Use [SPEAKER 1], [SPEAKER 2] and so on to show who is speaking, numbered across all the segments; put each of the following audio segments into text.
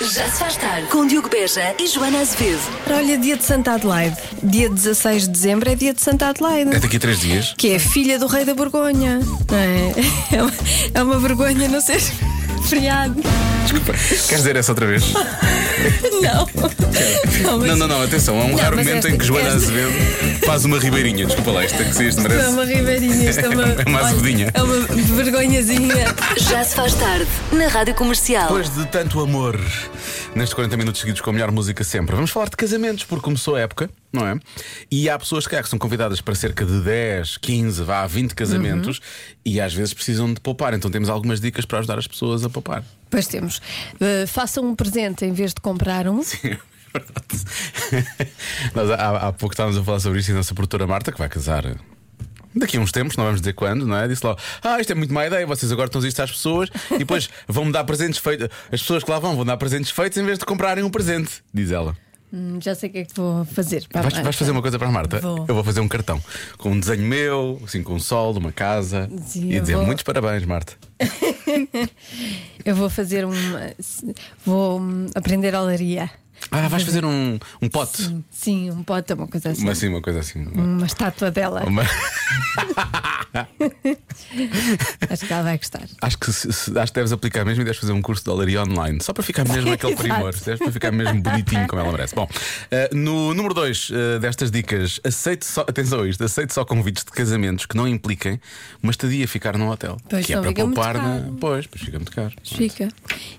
[SPEAKER 1] Já se faz tarde com Diogo Beja e Joana Azevedo.
[SPEAKER 2] Olha, dia de Santa Adelaide. Dia 16 de dezembro é dia de Santa
[SPEAKER 3] É
[SPEAKER 2] Adelaide.
[SPEAKER 3] daqui a três dias.
[SPEAKER 2] Que é filha do rei da Borgonha. não É, é, uma, é uma vergonha não ser feriado.
[SPEAKER 3] Desculpa. Queres dizer essa outra vez?
[SPEAKER 2] Não. Não, mas é
[SPEAKER 3] Não, não, não, atenção. Há um raro
[SPEAKER 2] mas
[SPEAKER 3] momento
[SPEAKER 2] esta-
[SPEAKER 3] em que Joana
[SPEAKER 2] esta-
[SPEAKER 3] Azevedo faz uma ribeirinha. Desculpa lá, isto é que se isto
[SPEAKER 2] isto é
[SPEAKER 3] merece.
[SPEAKER 2] uma ribeirinha, isto é uma.
[SPEAKER 3] É uma
[SPEAKER 2] olha,
[SPEAKER 3] azedinha.
[SPEAKER 2] É uma vergonhazinha.
[SPEAKER 1] Já se faz tarde na Rádio Comercial.
[SPEAKER 3] Depois de tanto amor, nestes 40 minutos seguidos com a melhor música sempre, vamos falar de casamentos, porque começou a época, não é? E há pessoas que, que são convidadas para cerca de 10, 15, vá, 20 casamentos
[SPEAKER 2] Uhum.
[SPEAKER 3] e às vezes precisam de poupar. Então temos algumas dicas para ajudar as pessoas a poupar.
[SPEAKER 2] Pois temos. Uh, façam um presente em vez de comprar um.
[SPEAKER 3] É verdade. Nós há, há pouco estávamos a falar sobre isso e a nossa produtora Marta, que vai casar daqui a uns tempos, não vamos dizer quando, não é? Disse logo: Ah, isto é muito má ideia, vocês agora estão isto às pessoas e depois vão-me dar presentes feitos. As pessoas que lá vão vão dar presentes feitos em vez de comprarem um presente, diz ela.
[SPEAKER 2] Hum, já sei o que é que vou fazer. para a
[SPEAKER 3] Vais,
[SPEAKER 2] Marta.
[SPEAKER 3] vais fazer uma coisa para a Marta?
[SPEAKER 2] tá. Vou.
[SPEAKER 3] Eu vou fazer um cartão com um desenho meu, assim, com um sol, uma casa
[SPEAKER 2] Sim,
[SPEAKER 3] e
[SPEAKER 2] eu
[SPEAKER 3] dizer:
[SPEAKER 2] vou-
[SPEAKER 3] Muitos parabéns, Marta.
[SPEAKER 2] Eu vou fazer uma. Vou hum, aprender a olaria.
[SPEAKER 3] Ah, vais fazer um, um pote,
[SPEAKER 2] Sim, um pote, uma coisa assim.
[SPEAKER 3] uma, assim, uma coisa assim. uma-
[SPEAKER 2] Uma estátua dela.
[SPEAKER 3] uma-
[SPEAKER 2] Acho que ela vai gostar.
[SPEAKER 3] Acho que, se- se- acho que deves aplicar mesmo e deves fazer um curso de olaria online, só para ficar mesmo aquele
[SPEAKER 2] Exato.
[SPEAKER 3] primor, deves para ficar mesmo bonitinho como ela merece. Bom, eh, no número 2 destas dicas, aceite só, atenção a isto, aceite só convites de casamentos que não impliquem uma estadia ficar num hotel.
[SPEAKER 2] Pois,
[SPEAKER 3] que é
[SPEAKER 2] não,
[SPEAKER 3] para
[SPEAKER 2] fica muito
[SPEAKER 3] poupar,
[SPEAKER 2] caro.
[SPEAKER 3] na- pois, pois fica muito caro.
[SPEAKER 2] Fica.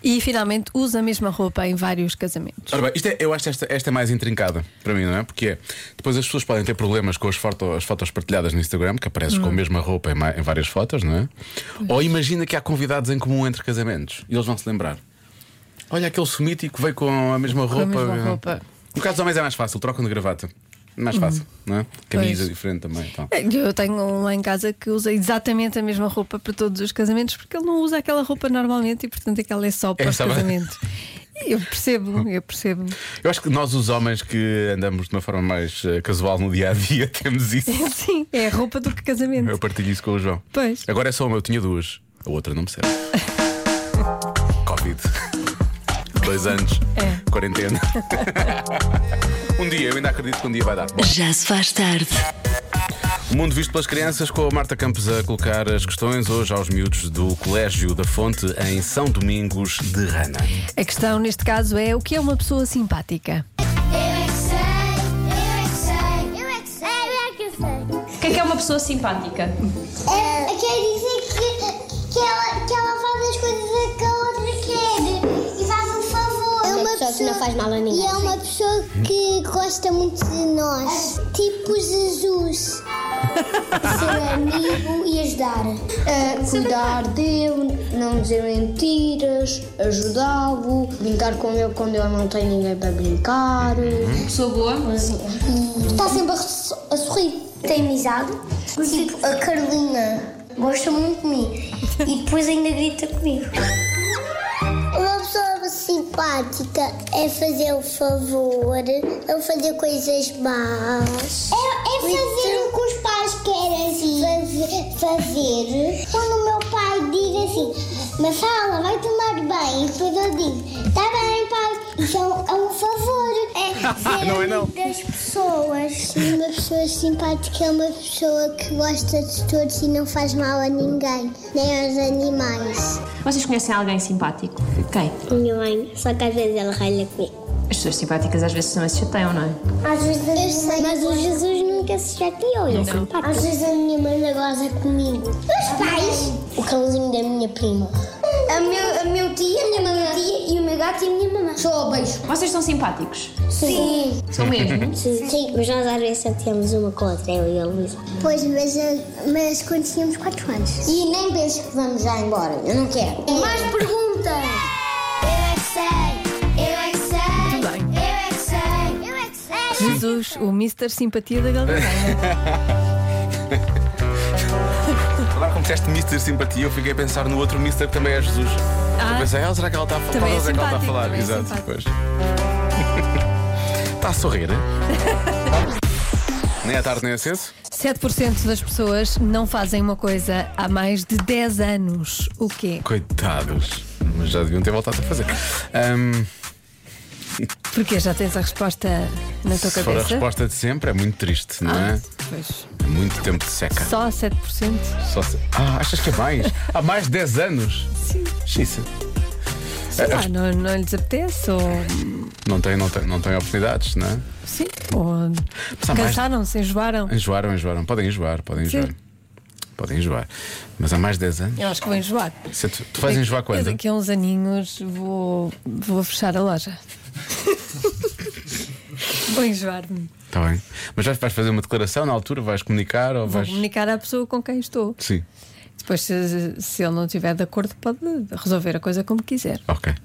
[SPEAKER 2] E finalmente usa a mesma roupa em vários casamentos.
[SPEAKER 3] Ora bem, isto é- eu acho que esta, esta é mais intrincada para mim, não é? Porque é, depois as pessoas podem ter problemas com as, foto- as fotos partilhadas no Instagram, que apareces
[SPEAKER 2] Hum.
[SPEAKER 3] com a mesma roupa em, ma- em várias fotos, não é? Ou imagina que há convidados em comum entre casamentos e eles vão se lembrar. Olha aquele sumítico que veio com a mesma
[SPEAKER 2] a
[SPEAKER 3] roupa.
[SPEAKER 2] mesma roupa. Hum.
[SPEAKER 3] No caso dos homens é mais fácil, trocam de gravata. Mais fácil, não é? Camisa diferente também. Então.
[SPEAKER 2] Eu tenho um lá em casa que usa exatamente a mesma roupa para todos os casamentos, porque ele não usa aquela roupa normalmente e, portanto, aquela é só para os
[SPEAKER 3] sabe?
[SPEAKER 2] casamentos. E Eu percebo, eu percebo.
[SPEAKER 3] Eu acho que nós, os homens que andamos de uma forma mais eh, casual no dia a dia, temos isso.
[SPEAKER 2] Sim, é a roupa do que casamento.
[SPEAKER 3] Eu partilho isso com o João.
[SPEAKER 2] Pois.
[SPEAKER 3] Agora é só uma, eu tinha duas. A outra não me serve. Covid. Dois anos.
[SPEAKER 2] É.
[SPEAKER 3] Quarentena. um dia, eu ainda acredito que um dia vai dar. Bom,
[SPEAKER 1] Já se faz tarde.
[SPEAKER 3] o mundo visto pelas crianças, com a Marta Campos a colocar as questões hoje aos miúdos do Colégio da Fonte em São Domingos de Rana.
[SPEAKER 2] A questão neste caso é o que é uma pessoa simpática?
[SPEAKER 4] Eu é que sei, eu é que sei, eu é que sei, eu é que
[SPEAKER 5] O que é que é uma pessoa simpática?
[SPEAKER 4] sei. quer dizer que, que, ela, que ela faz as coisas que a outra quer e faz um favor. É uma pessoa, que não faz mal a ninguém. E é uma pessoa que gosta muito de nós. Tipo Jesus. Ser amigo e ajudar. Ah,
[SPEAKER 6] cuidar dele, não dizer mentiras, ajudá-lo, brincar com ele quando ele não tem ninguém para brincar.
[SPEAKER 5] Pessoa boa?
[SPEAKER 4] Está sempre a, so- a sorrir. Tem amizade. Tipo, a Carolina gosta muito de mim e depois ainda grita comigo. Uma pessoa simpática é fazer o favor, não fazer coisas más. É, fazer o que os pais querem fazer, fazer. Quando o meu pai diz assim, mas fala, vai tomar banho, e depois eu digo, tá bem, pai, isso é um, é um favor. É ser
[SPEAKER 3] Não é não.
[SPEAKER 4] amigo das pessoas. Uma pessoa simpática é uma pessoa que gosta de todos e não faz mal a ninguém, nem aos animais.
[SPEAKER 5] Vocês conhecem alguém simpático? Quem?
[SPEAKER 4] Minha mãe, só que às vezes ela ralha comigo.
[SPEAKER 5] As pessoas simpáticas às vezes também se chateiam, não é?
[SPEAKER 4] Às vezes mas o Jesus nunca se chateou, ele é simpático. Às vezes a minha mãe goza comigo. Os pais? O cãozinho da minha prima. A meu, a meu tia, a minha mamãe. tia e o meu gato e a minha mamãe. Só beijo.
[SPEAKER 5] Vocês são simpáticos?
[SPEAKER 4] Sim.
[SPEAKER 5] São mesmo?
[SPEAKER 4] Sim. mas nós às vezes chateamos uma com a outra, eu e a Luísa. Pois, mas, eh, mas quando tínhamos 4 anos. E nem penso que vamos já embora, eu não quero. Mais perguntas! Eu é que sei, eu é que sei.
[SPEAKER 2] Tudo bem.
[SPEAKER 4] Eu é que sei, eu é que sei.
[SPEAKER 2] Jesus, o Mr. Simpatia da Galvão.
[SPEAKER 3] Lá como disseste Mr. Simpatia, eu fiquei a pensar no outro Mr. que também é Jesus.
[SPEAKER 2] Ah.
[SPEAKER 3] Eu pensei, ah, será que ela está a falar?
[SPEAKER 2] Também é
[SPEAKER 3] Qual é que ela está a
[SPEAKER 2] simpático,
[SPEAKER 3] falar?
[SPEAKER 2] também é
[SPEAKER 3] Exato,
[SPEAKER 2] simpático.
[SPEAKER 3] pois. Está a sorrir, hein? Nem à tarde nem a cedo.
[SPEAKER 2] 7% das pessoas não fazem uma coisa há mais de 10 anos. O quê?
[SPEAKER 3] Coitados. Mas já deviam ter voltado a fazer. Ahm,
[SPEAKER 2] Porque já tens a resposta na tua
[SPEAKER 3] Se for a
[SPEAKER 2] cabeça.
[SPEAKER 3] resposta de sempre, é muito triste, não é?
[SPEAKER 2] Ah, pois.
[SPEAKER 3] É Muito tempo de seca.
[SPEAKER 2] Só 7%.
[SPEAKER 3] Só se- Ah, achas que é mais? Há mais de 10 anos.
[SPEAKER 2] Sim.
[SPEAKER 3] Xisa. é,
[SPEAKER 2] Sei lá, não, não lhes apetece ou.
[SPEAKER 3] Não tem, não tem, não tem oportunidades, não é?
[SPEAKER 2] Sim. Ou
[SPEAKER 3] Mas há Tá, mais-
[SPEAKER 2] cansaram-se, enjoaram.
[SPEAKER 3] Enjoaram, enjoaram. Podem enjoar, podem
[SPEAKER 2] Sim.
[SPEAKER 3] enjoar. Podem enjoar. Mas há mais de 10 anos.
[SPEAKER 2] Eu acho que vou enjoar.
[SPEAKER 3] Se tu, tu vais enjoar
[SPEAKER 2] Eu
[SPEAKER 3] quando?
[SPEAKER 2] daqui a uns aninhos vou, vou fechar a loja. vou enjoar-me.
[SPEAKER 3] Está Tá bem. Mas vais, vais fazer uma declaração na altura? Vais comunicar ou
[SPEAKER 2] Vou
[SPEAKER 3] vais.
[SPEAKER 2] comunicar à pessoa com quem estou.
[SPEAKER 3] Sim.
[SPEAKER 2] Depois, se, se ele não estiver de acordo, pode resolver a coisa como quiser.
[SPEAKER 3] Ok.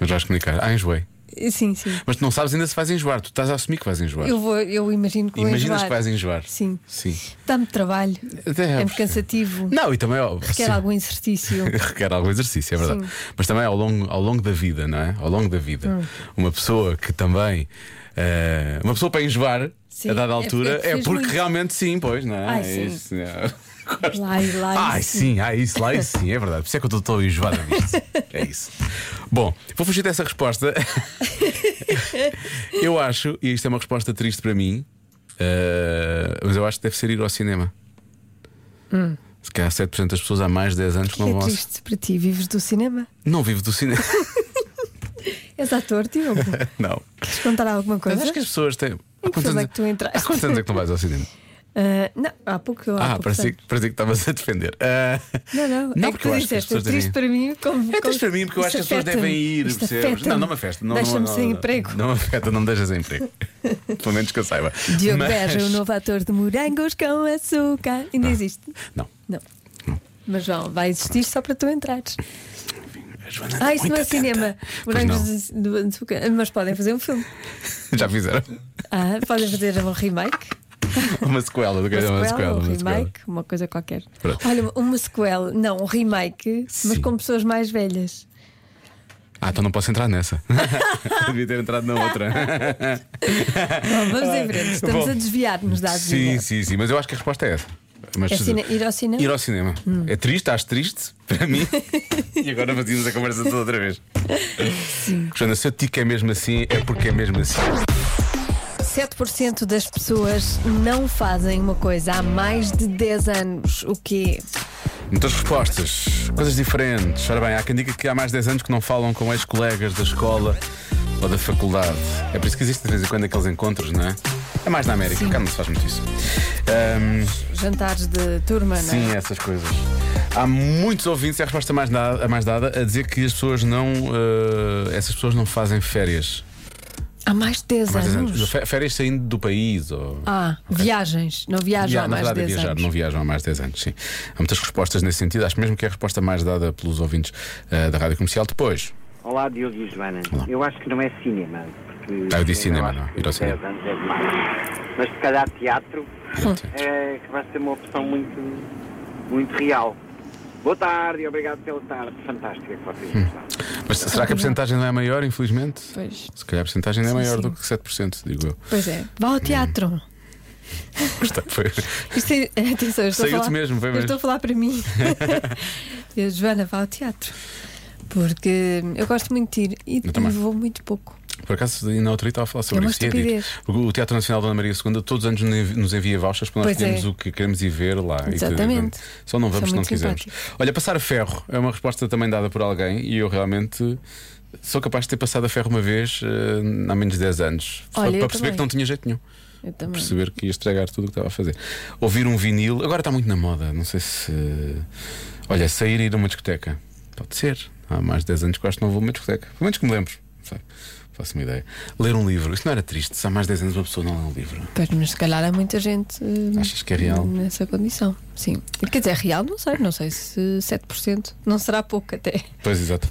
[SPEAKER 3] Mas vais comunicar. Ah, enjoei.
[SPEAKER 2] Sim, sim.
[SPEAKER 3] Mas tu não sabes ainda se vais enjoar. Tu estás a assumir que vais enjoar.
[SPEAKER 2] Eu, vou, eu imagino que vou
[SPEAKER 3] Imaginas
[SPEAKER 2] enjoar.
[SPEAKER 3] que vais enjoar.
[SPEAKER 2] Sim.
[SPEAKER 3] Sim.
[SPEAKER 2] Dá-me trabalho.
[SPEAKER 3] Até
[SPEAKER 2] É,
[SPEAKER 3] é
[SPEAKER 2] muito cansativo.
[SPEAKER 3] Não, e também. ó,
[SPEAKER 2] Requer
[SPEAKER 3] sim.
[SPEAKER 2] algum exercício.
[SPEAKER 3] Requer algum exercício, é verdade. Mas também ao longo, ao longo da vida, não é? Ao longo da vida.
[SPEAKER 2] Hum.
[SPEAKER 3] Uma pessoa que também. eh, uma pessoa para enjoar
[SPEAKER 2] Sim,
[SPEAKER 3] a dada
[SPEAKER 2] é
[SPEAKER 3] altura
[SPEAKER 2] porque
[SPEAKER 3] é,
[SPEAKER 2] fez
[SPEAKER 3] porque
[SPEAKER 2] muito.
[SPEAKER 3] realmente sim, pois, não é?
[SPEAKER 2] Ai,
[SPEAKER 3] É
[SPEAKER 2] sim.
[SPEAKER 3] isso, é.
[SPEAKER 2] lá e lá. e
[SPEAKER 3] Ai, sim, ai, isso, lá isso sim, é verdade. Por isso é que eu estou enjoada disto. É isso. Bom, vou fugir dessa resposta. eu acho, e isto é uma resposta triste para mim, eh, mas eu acho que deve ser ir ao cinema. Se calhar 7% das pessoas há mais de 10 anos que não
[SPEAKER 2] É
[SPEAKER 3] vão ao
[SPEAKER 2] Hum. triste para ti. Vives do cinema?
[SPEAKER 3] não vivo do cinema.
[SPEAKER 2] És ator, Diogo?
[SPEAKER 3] não.
[SPEAKER 2] Queres contar alguma coisa?
[SPEAKER 3] Mas acho que as pessoas têm. Há
[SPEAKER 2] filme
[SPEAKER 3] anos-
[SPEAKER 2] é que tu entraste?
[SPEAKER 3] Há quantos anos é que tu vais ao cinema?
[SPEAKER 2] Ah, não, há pouco. Há
[SPEAKER 3] Ah,
[SPEAKER 2] pouco
[SPEAKER 3] parecia,
[SPEAKER 2] tempo.
[SPEAKER 3] parecia que estavas a defender. Ah,
[SPEAKER 2] Não, não. é que
[SPEAKER 3] porque
[SPEAKER 2] tu
[SPEAKER 3] eu acho que as
[SPEAKER 2] disseste. É
[SPEAKER 3] pessoas
[SPEAKER 2] triste
[SPEAKER 3] devem.
[SPEAKER 2] para mim. Como,
[SPEAKER 3] É triste para mim, porque eu acho que as pessoas devem ir, percebes? Não, não me afeta. Não, não-
[SPEAKER 2] Deixa-me
[SPEAKER 3] não-
[SPEAKER 2] sem
[SPEAKER 3] não-
[SPEAKER 2] emprego.
[SPEAKER 3] Não me afeta, não me deixas sem emprego. Pelo menos que eu saiba.
[SPEAKER 2] Diogo
[SPEAKER 3] Mas-
[SPEAKER 2] Beja, o novo ator de morangos com açúcar. Ainda existe?
[SPEAKER 3] Não.
[SPEAKER 2] Não. Mas João, vai existir só para tu entrares.
[SPEAKER 3] A Joana
[SPEAKER 2] Ah, isso não é
[SPEAKER 3] muito
[SPEAKER 2] cinema.
[SPEAKER 3] atenta. Pois não.
[SPEAKER 2] Morangos de de açúcar. Mas podem fazer um filme.
[SPEAKER 3] Já fizeram
[SPEAKER 2] Ah, podem fazer um remake.
[SPEAKER 3] uma sequela do que é
[SPEAKER 2] Uma sequela,
[SPEAKER 3] uma sequela.
[SPEAKER 2] um
[SPEAKER 3] uma sequela.
[SPEAKER 2] remake, uma coisa qualquer.
[SPEAKER 3] Pronto.
[SPEAKER 2] Olha, uma sequela, não, um remake, mas
[SPEAKER 3] Sim.
[SPEAKER 2] com pessoas mais velhas.
[SPEAKER 3] Ah, então não posso entrar nessa. Devia ter entrado na outra.
[SPEAKER 2] Bom, vamos em frente, estamos
[SPEAKER 3] Ah, é. Bom.
[SPEAKER 2] a desviar-nos da
[SPEAKER 3] Sim,
[SPEAKER 2] adivinha.
[SPEAKER 3] sim, sim, mas eu acho que a resposta é essa. Mas-
[SPEAKER 2] Tá É cine- ir ao cinema? Hum.
[SPEAKER 3] Ir ao cinema. É triste, acho triste para mim. e agora fazíamos a conversa toda outra vez. Sim. Joana, se eu te digo que é mesmo assim, é porque é mesmo assim.
[SPEAKER 2] 7% das pessoas não fazem uma coisa há mais de 10 anos. O quê?
[SPEAKER 3] Muitas respostas, coisas diferentes. Ora bem, há quem diga que há mais de 10 anos que não falam com ex-colegas da escola ou da faculdade. É por isso que existem de vez em quando aqueles encontros, não é? É mais na América, cá não se faz muito isso. Ahm,
[SPEAKER 2] Jantares de turma, não é?
[SPEAKER 3] Sim, essas coisas. Há muitos ouvintes, é a resposta mais dada, a mais dada, a dizer que as pessoas não. eh, essas pessoas não fazem férias.
[SPEAKER 2] Há mais de 10
[SPEAKER 3] Mais de 10
[SPEAKER 2] anos.
[SPEAKER 3] anos. Fe- Férias saindo do país ou.
[SPEAKER 2] Ah, viagens. Não viajam
[SPEAKER 3] Via-
[SPEAKER 2] Ah, há
[SPEAKER 3] na
[SPEAKER 2] mais de
[SPEAKER 3] verdade, é
[SPEAKER 2] 10
[SPEAKER 3] viajar,
[SPEAKER 2] anos.
[SPEAKER 3] não viajam há mais de 10 anos, sim. Há muitas respostas nesse sentido. Acho mesmo que é a resposta mais dada pelos ouvintes eh, da rádio comercial. Depois,
[SPEAKER 7] Olá, Diogo e Joana. Eu acho que não é cinema. Porque
[SPEAKER 3] Ah, eu disse cinema,
[SPEAKER 7] acho
[SPEAKER 3] não.
[SPEAKER 7] que
[SPEAKER 3] Ir ao cinema.
[SPEAKER 7] 10 anos é demais. Mas se calhar teatro é que vai ser uma opção muito, muito real. Boa tarde e obrigado pela tarde. Fantástica que vocês
[SPEAKER 3] Hum.
[SPEAKER 7] gostaram.
[SPEAKER 3] Mas será que a porcentagem não é maior, infelizmente?
[SPEAKER 2] Pois.
[SPEAKER 3] Se calhar a porcentagem é maior
[SPEAKER 2] sim.
[SPEAKER 3] do que 7%, digo eu.
[SPEAKER 2] Pois é. Vá ao teatro.
[SPEAKER 3] Hum. Gostei, foi.
[SPEAKER 2] Isto é, atenção, eu estou a
[SPEAKER 3] Saiu-te
[SPEAKER 2] falar,
[SPEAKER 3] mesmo, foi
[SPEAKER 2] eu
[SPEAKER 3] mesmo.
[SPEAKER 2] estou a falar para mim. eu, Joana, vá ao teatro. Porque eu gosto muito de ir e, e
[SPEAKER 3] também.
[SPEAKER 2] vou muito pouco.
[SPEAKER 3] Por acaso, ainda na outra estava a falar sobre
[SPEAKER 2] É uma
[SPEAKER 3] isso. E digo,
[SPEAKER 2] estupidez.
[SPEAKER 3] porque o Teatro Nacional Dona Maria II todos os anos nos envi- nos envia vouchers para nós
[SPEAKER 2] Pois é.
[SPEAKER 3] termos o que queremos ir ver lá. E tudo.
[SPEAKER 2] Exatamente.
[SPEAKER 3] Só não
[SPEAKER 2] São
[SPEAKER 3] vamos se não
[SPEAKER 2] muito
[SPEAKER 3] quisermos.
[SPEAKER 2] simpáticos.
[SPEAKER 3] Olha, passar a ferro é uma resposta também dada por alguém e eu realmente sou capaz de ter passado a ferro uma vez eh, há menos de 10 anos. Só
[SPEAKER 2] Olha, eu
[SPEAKER 3] para perceber
[SPEAKER 2] também.
[SPEAKER 3] que não tinha jeito nenhum.
[SPEAKER 2] Eu também.
[SPEAKER 3] Perceber que ia estragar tudo o que estava a fazer. Ouvir um vinil, agora está muito na moda, não sei se. Olha, sair e ir a uma discoteca. Pode ser. Há mais de 10 anos que eu acho que não vou a uma discoteca. Pelo menos que me lembro. Não sei. Faço uma ideia. Ler um livro. Isto não era triste. Se há mais de 10 anos uma pessoa não lê um livro.
[SPEAKER 2] Pois, mas se calhar há muita gente eh,
[SPEAKER 3] Achas que é real?
[SPEAKER 2] nessa condição. Sim. Quer dizer, real, não sei. Não sei se 7%. Não será pouco até.
[SPEAKER 3] Pois, exato.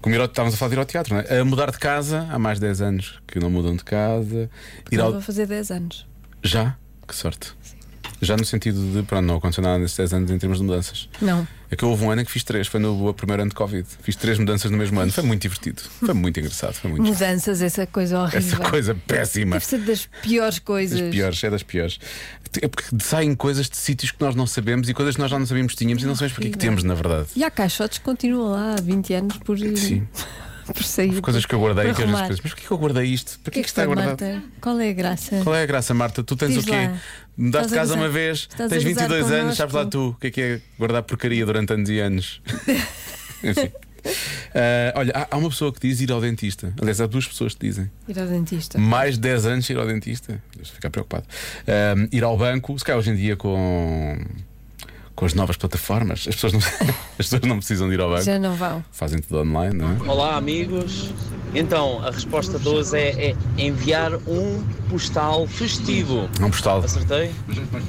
[SPEAKER 3] Como ir ao- estávamos a falar de ir ao teatro, não é? A mudar de casa. Há mais de 10 anos que não mudam de casa. Ir
[SPEAKER 2] Eu
[SPEAKER 3] ao...
[SPEAKER 2] vou fazer 10 anos.
[SPEAKER 3] Já? Que sorte. Já no sentido de, pronto, não aconteceu nada nesses 10 anos em termos de mudanças.
[SPEAKER 2] Não.
[SPEAKER 3] É que houve um ano em que fiz três, foi no primeiro ano de Covid. Fiz três mudanças no mesmo ano, foi muito divertido, foi muito engraçado, foi muito.
[SPEAKER 2] Mudanças, essa coisa horrível.
[SPEAKER 3] Essa coisa péssima.
[SPEAKER 2] Deve ser das piores coisas.
[SPEAKER 3] Das piores, é das piores. É porque saem coisas de sítios que nós não sabemos e coisas que nós já não sabíamos que tínhamos e não sabemos porque é que temos, na verdade.
[SPEAKER 2] E há caixotes que continuam lá há 20 anos por.
[SPEAKER 3] Sim.
[SPEAKER 2] por sair.
[SPEAKER 3] Coisas que eu guardei
[SPEAKER 2] para
[SPEAKER 3] que às vezes
[SPEAKER 2] arrumar.
[SPEAKER 3] penso, mas porquê que eu guardei isto? Para
[SPEAKER 2] O
[SPEAKER 3] que é que está guardado?
[SPEAKER 2] Marta? Qual é a graça?
[SPEAKER 3] Qual é a graça, Marta? Tu tens
[SPEAKER 2] Diz
[SPEAKER 3] o quê?
[SPEAKER 2] lá.
[SPEAKER 3] Mudaste de
[SPEAKER 2] Estás a
[SPEAKER 3] casa
[SPEAKER 2] gozar-
[SPEAKER 3] uma vez,
[SPEAKER 2] estás a
[SPEAKER 3] tens
[SPEAKER 2] gozar
[SPEAKER 3] 22 anos,
[SPEAKER 2] connosco.
[SPEAKER 3] sabes lá tu o que é que é guardar porcaria durante anos e anos. Enfim. Ah, olha, há, há uma pessoa que diz ir ao dentista. Aliás, há duas pessoas que dizem.
[SPEAKER 2] Ir ao dentista.
[SPEAKER 3] Mais de 10 anos ir ao dentista. Deixa eu ficar preocupado. Ah, ir ao banco, se calhar hoje em dia com, com as novas plataformas, as pessoas não, as pessoas não precisam de ir ao banco.
[SPEAKER 2] Já não vão.
[SPEAKER 3] Fazem tudo online, não é?
[SPEAKER 8] Olá, amigos. Então, a resposta 12 é, é enviar um postal festivo.
[SPEAKER 3] Não É postal.
[SPEAKER 8] Acertei?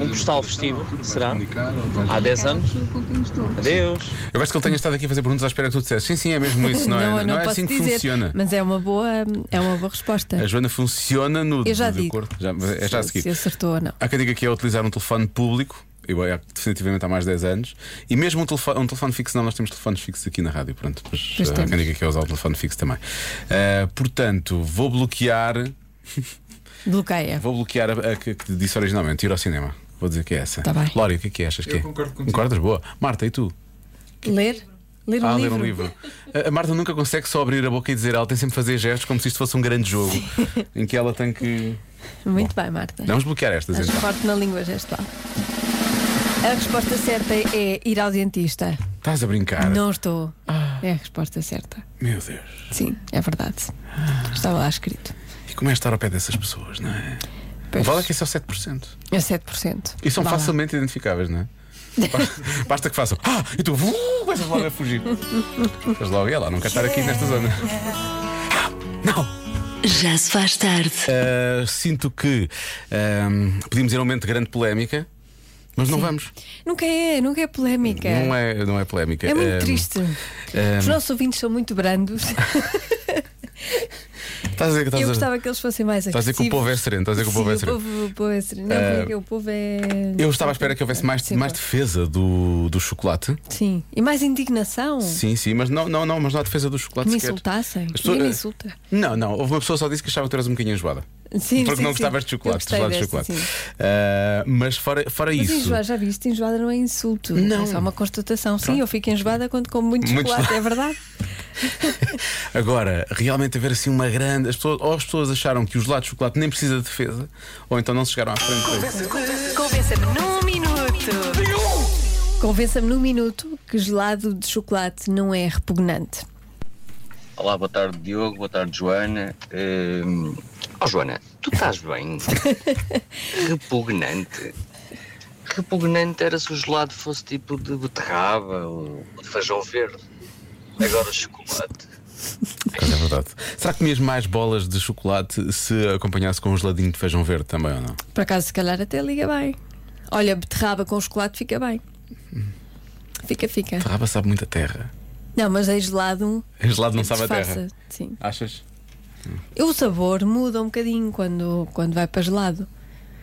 [SPEAKER 8] Um postal festivo, será? Há 10 anos? Adeus.
[SPEAKER 3] Eu gosto que ele tenha estado aqui a fazer perguntas à espera que tu dissesse. Sim, sim, é mesmo isso, não, é? é
[SPEAKER 2] posso
[SPEAKER 3] assim que
[SPEAKER 2] dizer,
[SPEAKER 3] funciona.
[SPEAKER 2] Mas é uma boa, é uma boa resposta.
[SPEAKER 3] A Joana funciona no
[SPEAKER 2] Eu já
[SPEAKER 3] de
[SPEAKER 2] digo.
[SPEAKER 3] acordo. Já, é já a
[SPEAKER 2] se, se
[SPEAKER 3] seguir.
[SPEAKER 2] acertou ou não.
[SPEAKER 3] Há quem diga que é utilizar um telefone público. Eu é definitivamente há mais de 10 anos. E mesmo um telefone, um telefone fixo, não, nós temos telefones fixos aqui na rádio. Pronto, mas
[SPEAKER 2] Pois
[SPEAKER 3] há
[SPEAKER 2] temos.
[SPEAKER 3] quem diga que é usar o telefone fixo também. Ah, portanto, vou bloquear.
[SPEAKER 2] Bloqueia.
[SPEAKER 3] Vou bloquear a, a que, que disse originalmente, ir ao cinema. Vou dizer que é essa.
[SPEAKER 2] Tá bem.
[SPEAKER 3] Lória, o que é que achas que é?
[SPEAKER 9] concordo contigo.
[SPEAKER 3] Concordas? Boa. Marta, e tu?
[SPEAKER 2] Ler? Ler um
[SPEAKER 3] ah,
[SPEAKER 2] livro?
[SPEAKER 3] ler um livro. A- A Marta nunca consegue só abrir a boca e dizer, ela tem sempre de fazer gestos como se isto fosse um grande jogo em que ela tem que.
[SPEAKER 2] Muito bem, Marta.
[SPEAKER 3] Vamos bloquear estas
[SPEAKER 2] Acho
[SPEAKER 3] então.
[SPEAKER 2] forte na língua gestual. A resposta certa é ir ao dentista.
[SPEAKER 3] Estás a brincar?
[SPEAKER 2] Não estou.
[SPEAKER 3] Ah.
[SPEAKER 2] É a resposta certa.
[SPEAKER 3] Meu Deus.
[SPEAKER 2] Sim, é verdade. Estava lá escrito.
[SPEAKER 3] E como é estar ao pé dessas pessoas, não é?
[SPEAKER 2] Pois,
[SPEAKER 3] Vale é que é só 7%.
[SPEAKER 2] É 7%.
[SPEAKER 3] E são
[SPEAKER 2] Vá lá.
[SPEAKER 3] facilmente identificáveis, não é? Basta- Basta que façam. Ah! E tu uh, começas logo a fugir. Mas logo, é lá, não quero estar aqui nesta zona. Ah, Não!
[SPEAKER 1] Já se faz tarde.
[SPEAKER 3] Ah, sinto que ahm, podíamos ir a um momento de grande polémica, mas não vamos.
[SPEAKER 2] Nunca é, nunca é polémica.
[SPEAKER 3] Não é, não é polémica. ah,
[SPEAKER 2] É muito
[SPEAKER 3] Ahm,
[SPEAKER 2] triste.
[SPEAKER 3] ahm,
[SPEAKER 2] Os nossos ouvintes são muito brandos.
[SPEAKER 3] Estás a dizer que
[SPEAKER 2] E
[SPEAKER 3] estás
[SPEAKER 2] eu
[SPEAKER 3] a-
[SPEAKER 2] gostava que eles fossem mais
[SPEAKER 3] estás a
[SPEAKER 2] agressivos.
[SPEAKER 3] dizer que o povo é sereno, estás a dizer que o povo é
[SPEAKER 2] Sim,
[SPEAKER 3] sereno.
[SPEAKER 2] povo- o povo é sereno. Não,
[SPEAKER 3] Ah,
[SPEAKER 2] porque o povo é.
[SPEAKER 3] Eu estava à espera que houvesse mais,
[SPEAKER 2] Sim,
[SPEAKER 3] mais
[SPEAKER 2] claro.
[SPEAKER 3] defesa do, do chocolate.
[SPEAKER 2] Sim. E mais indignação.
[SPEAKER 3] Sim, sim, mas não, não, não, mas não há defesa do chocolate
[SPEAKER 2] Que me
[SPEAKER 3] sequer.
[SPEAKER 2] insultassem.
[SPEAKER 3] As
[SPEAKER 2] Ninguém me
[SPEAKER 3] pessoas-
[SPEAKER 2] insulta.
[SPEAKER 3] Não, não, houve uma pessoa que só disse que achava que tu eras um bocadinho enjoada.
[SPEAKER 2] Sim,
[SPEAKER 3] porque
[SPEAKER 2] sim,
[SPEAKER 3] não
[SPEAKER 2] sim.
[SPEAKER 3] gostavas de
[SPEAKER 2] Eu
[SPEAKER 3] chocolate,
[SPEAKER 2] gostei
[SPEAKER 3] gostava de
[SPEAKER 2] dessa,
[SPEAKER 3] chocolate.
[SPEAKER 2] sim.
[SPEAKER 3] Ah, mas fora, fora
[SPEAKER 2] Mas
[SPEAKER 3] isso.
[SPEAKER 2] enjoar, já viste? Enjoada não é insulto.
[SPEAKER 3] Não.
[SPEAKER 2] É só uma constatação. Sim, eu fico enjoada quando como muito,
[SPEAKER 3] Muito
[SPEAKER 2] chocolate, é verdade.
[SPEAKER 3] Agora, realmente haver assim uma grande. As pessoas, ou as pessoas acharam que o gelado de chocolate nem precisa de defesa, ou então não se chegaram à frente. com isso.
[SPEAKER 1] Convença-me num minuto.
[SPEAKER 2] Convença-me num minuto que gelado de chocolate não é repugnante.
[SPEAKER 10] Olá, boa tarde Diogo, boa tarde Joana. Ehm, Oh Joana, tu estás bem? Repugnante. Repugnante era se o gelado fosse tipo de beterraba ou de feijão verde. Agora chocolate.
[SPEAKER 3] Mas é verdade. Será que comias mais bolas de chocolate se acompanhasse com um geladinho de feijão verde também ou não?
[SPEAKER 2] Por acaso, se calhar até liga bem. Olha, beterraba com chocolate fica bem.
[SPEAKER 3] Hum.
[SPEAKER 2] Fica, fica.
[SPEAKER 3] Terraba sabe muito a terra.
[SPEAKER 2] Não, mas é gelado.
[SPEAKER 3] Gelado não sabe a terra.
[SPEAKER 2] É disfarça, Sim.
[SPEAKER 3] Achas?
[SPEAKER 2] O sabor muda um bocadinho quando, quando vai para gelado.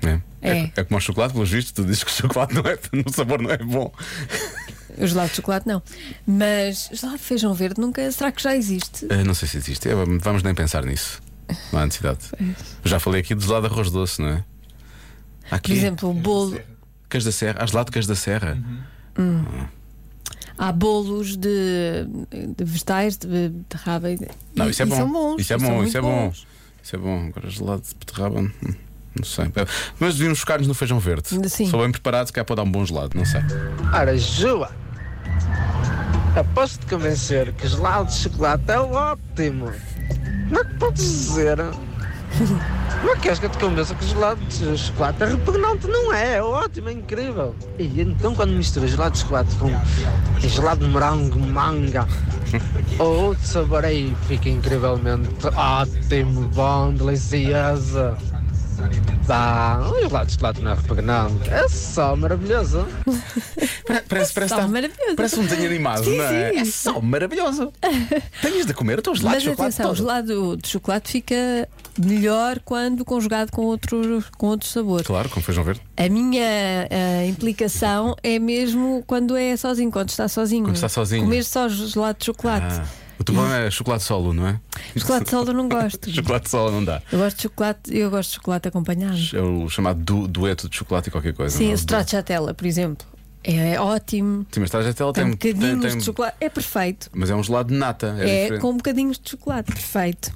[SPEAKER 3] É.
[SPEAKER 2] É.
[SPEAKER 3] É, é como o chocolate, pelos vistos, tu dizes que o chocolate não é, o sabor não é bom.
[SPEAKER 2] O gelado de chocolate não. Mas gelado de feijão verde nunca. Será que já existe?
[SPEAKER 3] Ah, não sei se existe. É, vamos nem pensar nisso. Não há necessidade. Já falei aqui do gelado de arroz doce, não é? Há Aqui,
[SPEAKER 2] Por exemplo, o bolo.
[SPEAKER 3] Queijo da Serra. Há gelado de queijo da Serra.
[SPEAKER 2] Há bolos de, de vegetais, de beterraba e de-
[SPEAKER 3] Não,
[SPEAKER 2] e-
[SPEAKER 3] isso é
[SPEAKER 2] e
[SPEAKER 3] bom.
[SPEAKER 2] são bons.
[SPEAKER 3] Isso é
[SPEAKER 2] e são
[SPEAKER 3] bom, isso
[SPEAKER 2] muito
[SPEAKER 3] é bom.
[SPEAKER 2] bons.
[SPEAKER 3] Isso é bom. Agora gelado de beterraba. hum, Não sei. Eh, Mas devíamos focar-nos no feijão verde.
[SPEAKER 2] Sim.
[SPEAKER 3] Sou bem preparado, se calhar pode dar um bom gelado, não sei.
[SPEAKER 8] Ora, Jua, aposto-te convencer que gelado de chocolate é ótimo. Não é que podes dizer? Não é que queres que eu te convença que gelado de chocolate é repugnante? Não é, é ótimo, é incrível. E então quando misturas gelado de chocolate com gelado de morango, manga ou outro sabor aí, fica incrivelmente ótimo, bom, delicioso. Tá, o gelado de chocolate não é repugnante, é só maravilhoso.
[SPEAKER 3] Pare- Parece, parece,
[SPEAKER 2] Só
[SPEAKER 3] tá-
[SPEAKER 2] maravilhoso.
[SPEAKER 3] parece um desenho animado,
[SPEAKER 2] Sim,
[SPEAKER 3] não é?
[SPEAKER 2] sim.
[SPEAKER 3] É só maravilhoso. Tenhas de comer o teu gelado
[SPEAKER 2] Mas
[SPEAKER 3] de chocolate.
[SPEAKER 2] atenção, o
[SPEAKER 3] todo.
[SPEAKER 2] gelado de chocolate fica melhor quando conjugado com outro, com outro sabor.
[SPEAKER 3] Claro, com feijão verde.
[SPEAKER 2] A minha eh, implicação é mesmo quando é sozinho, quando está sozinho.
[SPEAKER 3] Quando está sozinho.
[SPEAKER 2] Comer só gelado de chocolate.
[SPEAKER 3] Ah, o teu problema é chocolate solo, não é?
[SPEAKER 2] Chocolate de solda não gosto.
[SPEAKER 3] Chocolate solo não dá.
[SPEAKER 2] Eu gosto de chocolate, eu gosto de chocolate acompanhado.
[SPEAKER 3] É o chamado du- dueto de chocolate e qualquer coisa.
[SPEAKER 2] Sim,
[SPEAKER 3] não é?
[SPEAKER 2] o stracciatella, por exemplo. É ótimo.
[SPEAKER 3] Sim, mas Tarja Tel
[SPEAKER 2] Tem,
[SPEAKER 3] tem,
[SPEAKER 2] bocadinhos
[SPEAKER 3] tem- tem-
[SPEAKER 2] de chocolate. É perfeito.
[SPEAKER 3] Mas é um gelado de nata. É,
[SPEAKER 2] É,
[SPEAKER 3] diferente.
[SPEAKER 2] com bocadinhos de chocolate. Perfeito.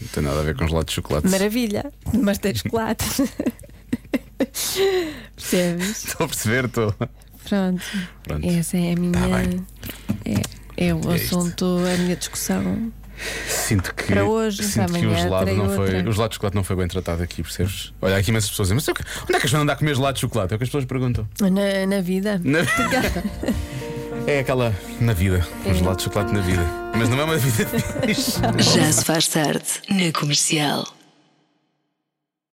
[SPEAKER 3] Não tem nada a ver com gelado de chocolate.
[SPEAKER 2] Maravilha. Mas tem chocolate. Percebes?
[SPEAKER 3] Estou a perceber, estou.
[SPEAKER 2] Pronto.
[SPEAKER 3] Pronto.
[SPEAKER 2] Essa é a minha.
[SPEAKER 3] Tá bem.
[SPEAKER 2] é, é o
[SPEAKER 3] É isto.
[SPEAKER 2] assunto, a minha discussão.
[SPEAKER 3] Sinto que,
[SPEAKER 2] Para hoje,
[SPEAKER 3] sinto
[SPEAKER 2] para
[SPEAKER 3] que o
[SPEAKER 2] amanhã,
[SPEAKER 3] gelado
[SPEAKER 2] terei
[SPEAKER 3] não foi.
[SPEAKER 2] outra.
[SPEAKER 3] O gelado de chocolate não foi bem tratado aqui, percebes? Olha, há aqui imensas pessoas a dizer, mas eu- onde é que a Joana anda a comer gelado de chocolate? É o que as pessoas perguntam.
[SPEAKER 2] Na, na vida.
[SPEAKER 3] Na- É aquela na vida, um é gelado de chocolate na vida. Mas não é uma vida de bicho.
[SPEAKER 1] Já se faz tarde na comercial.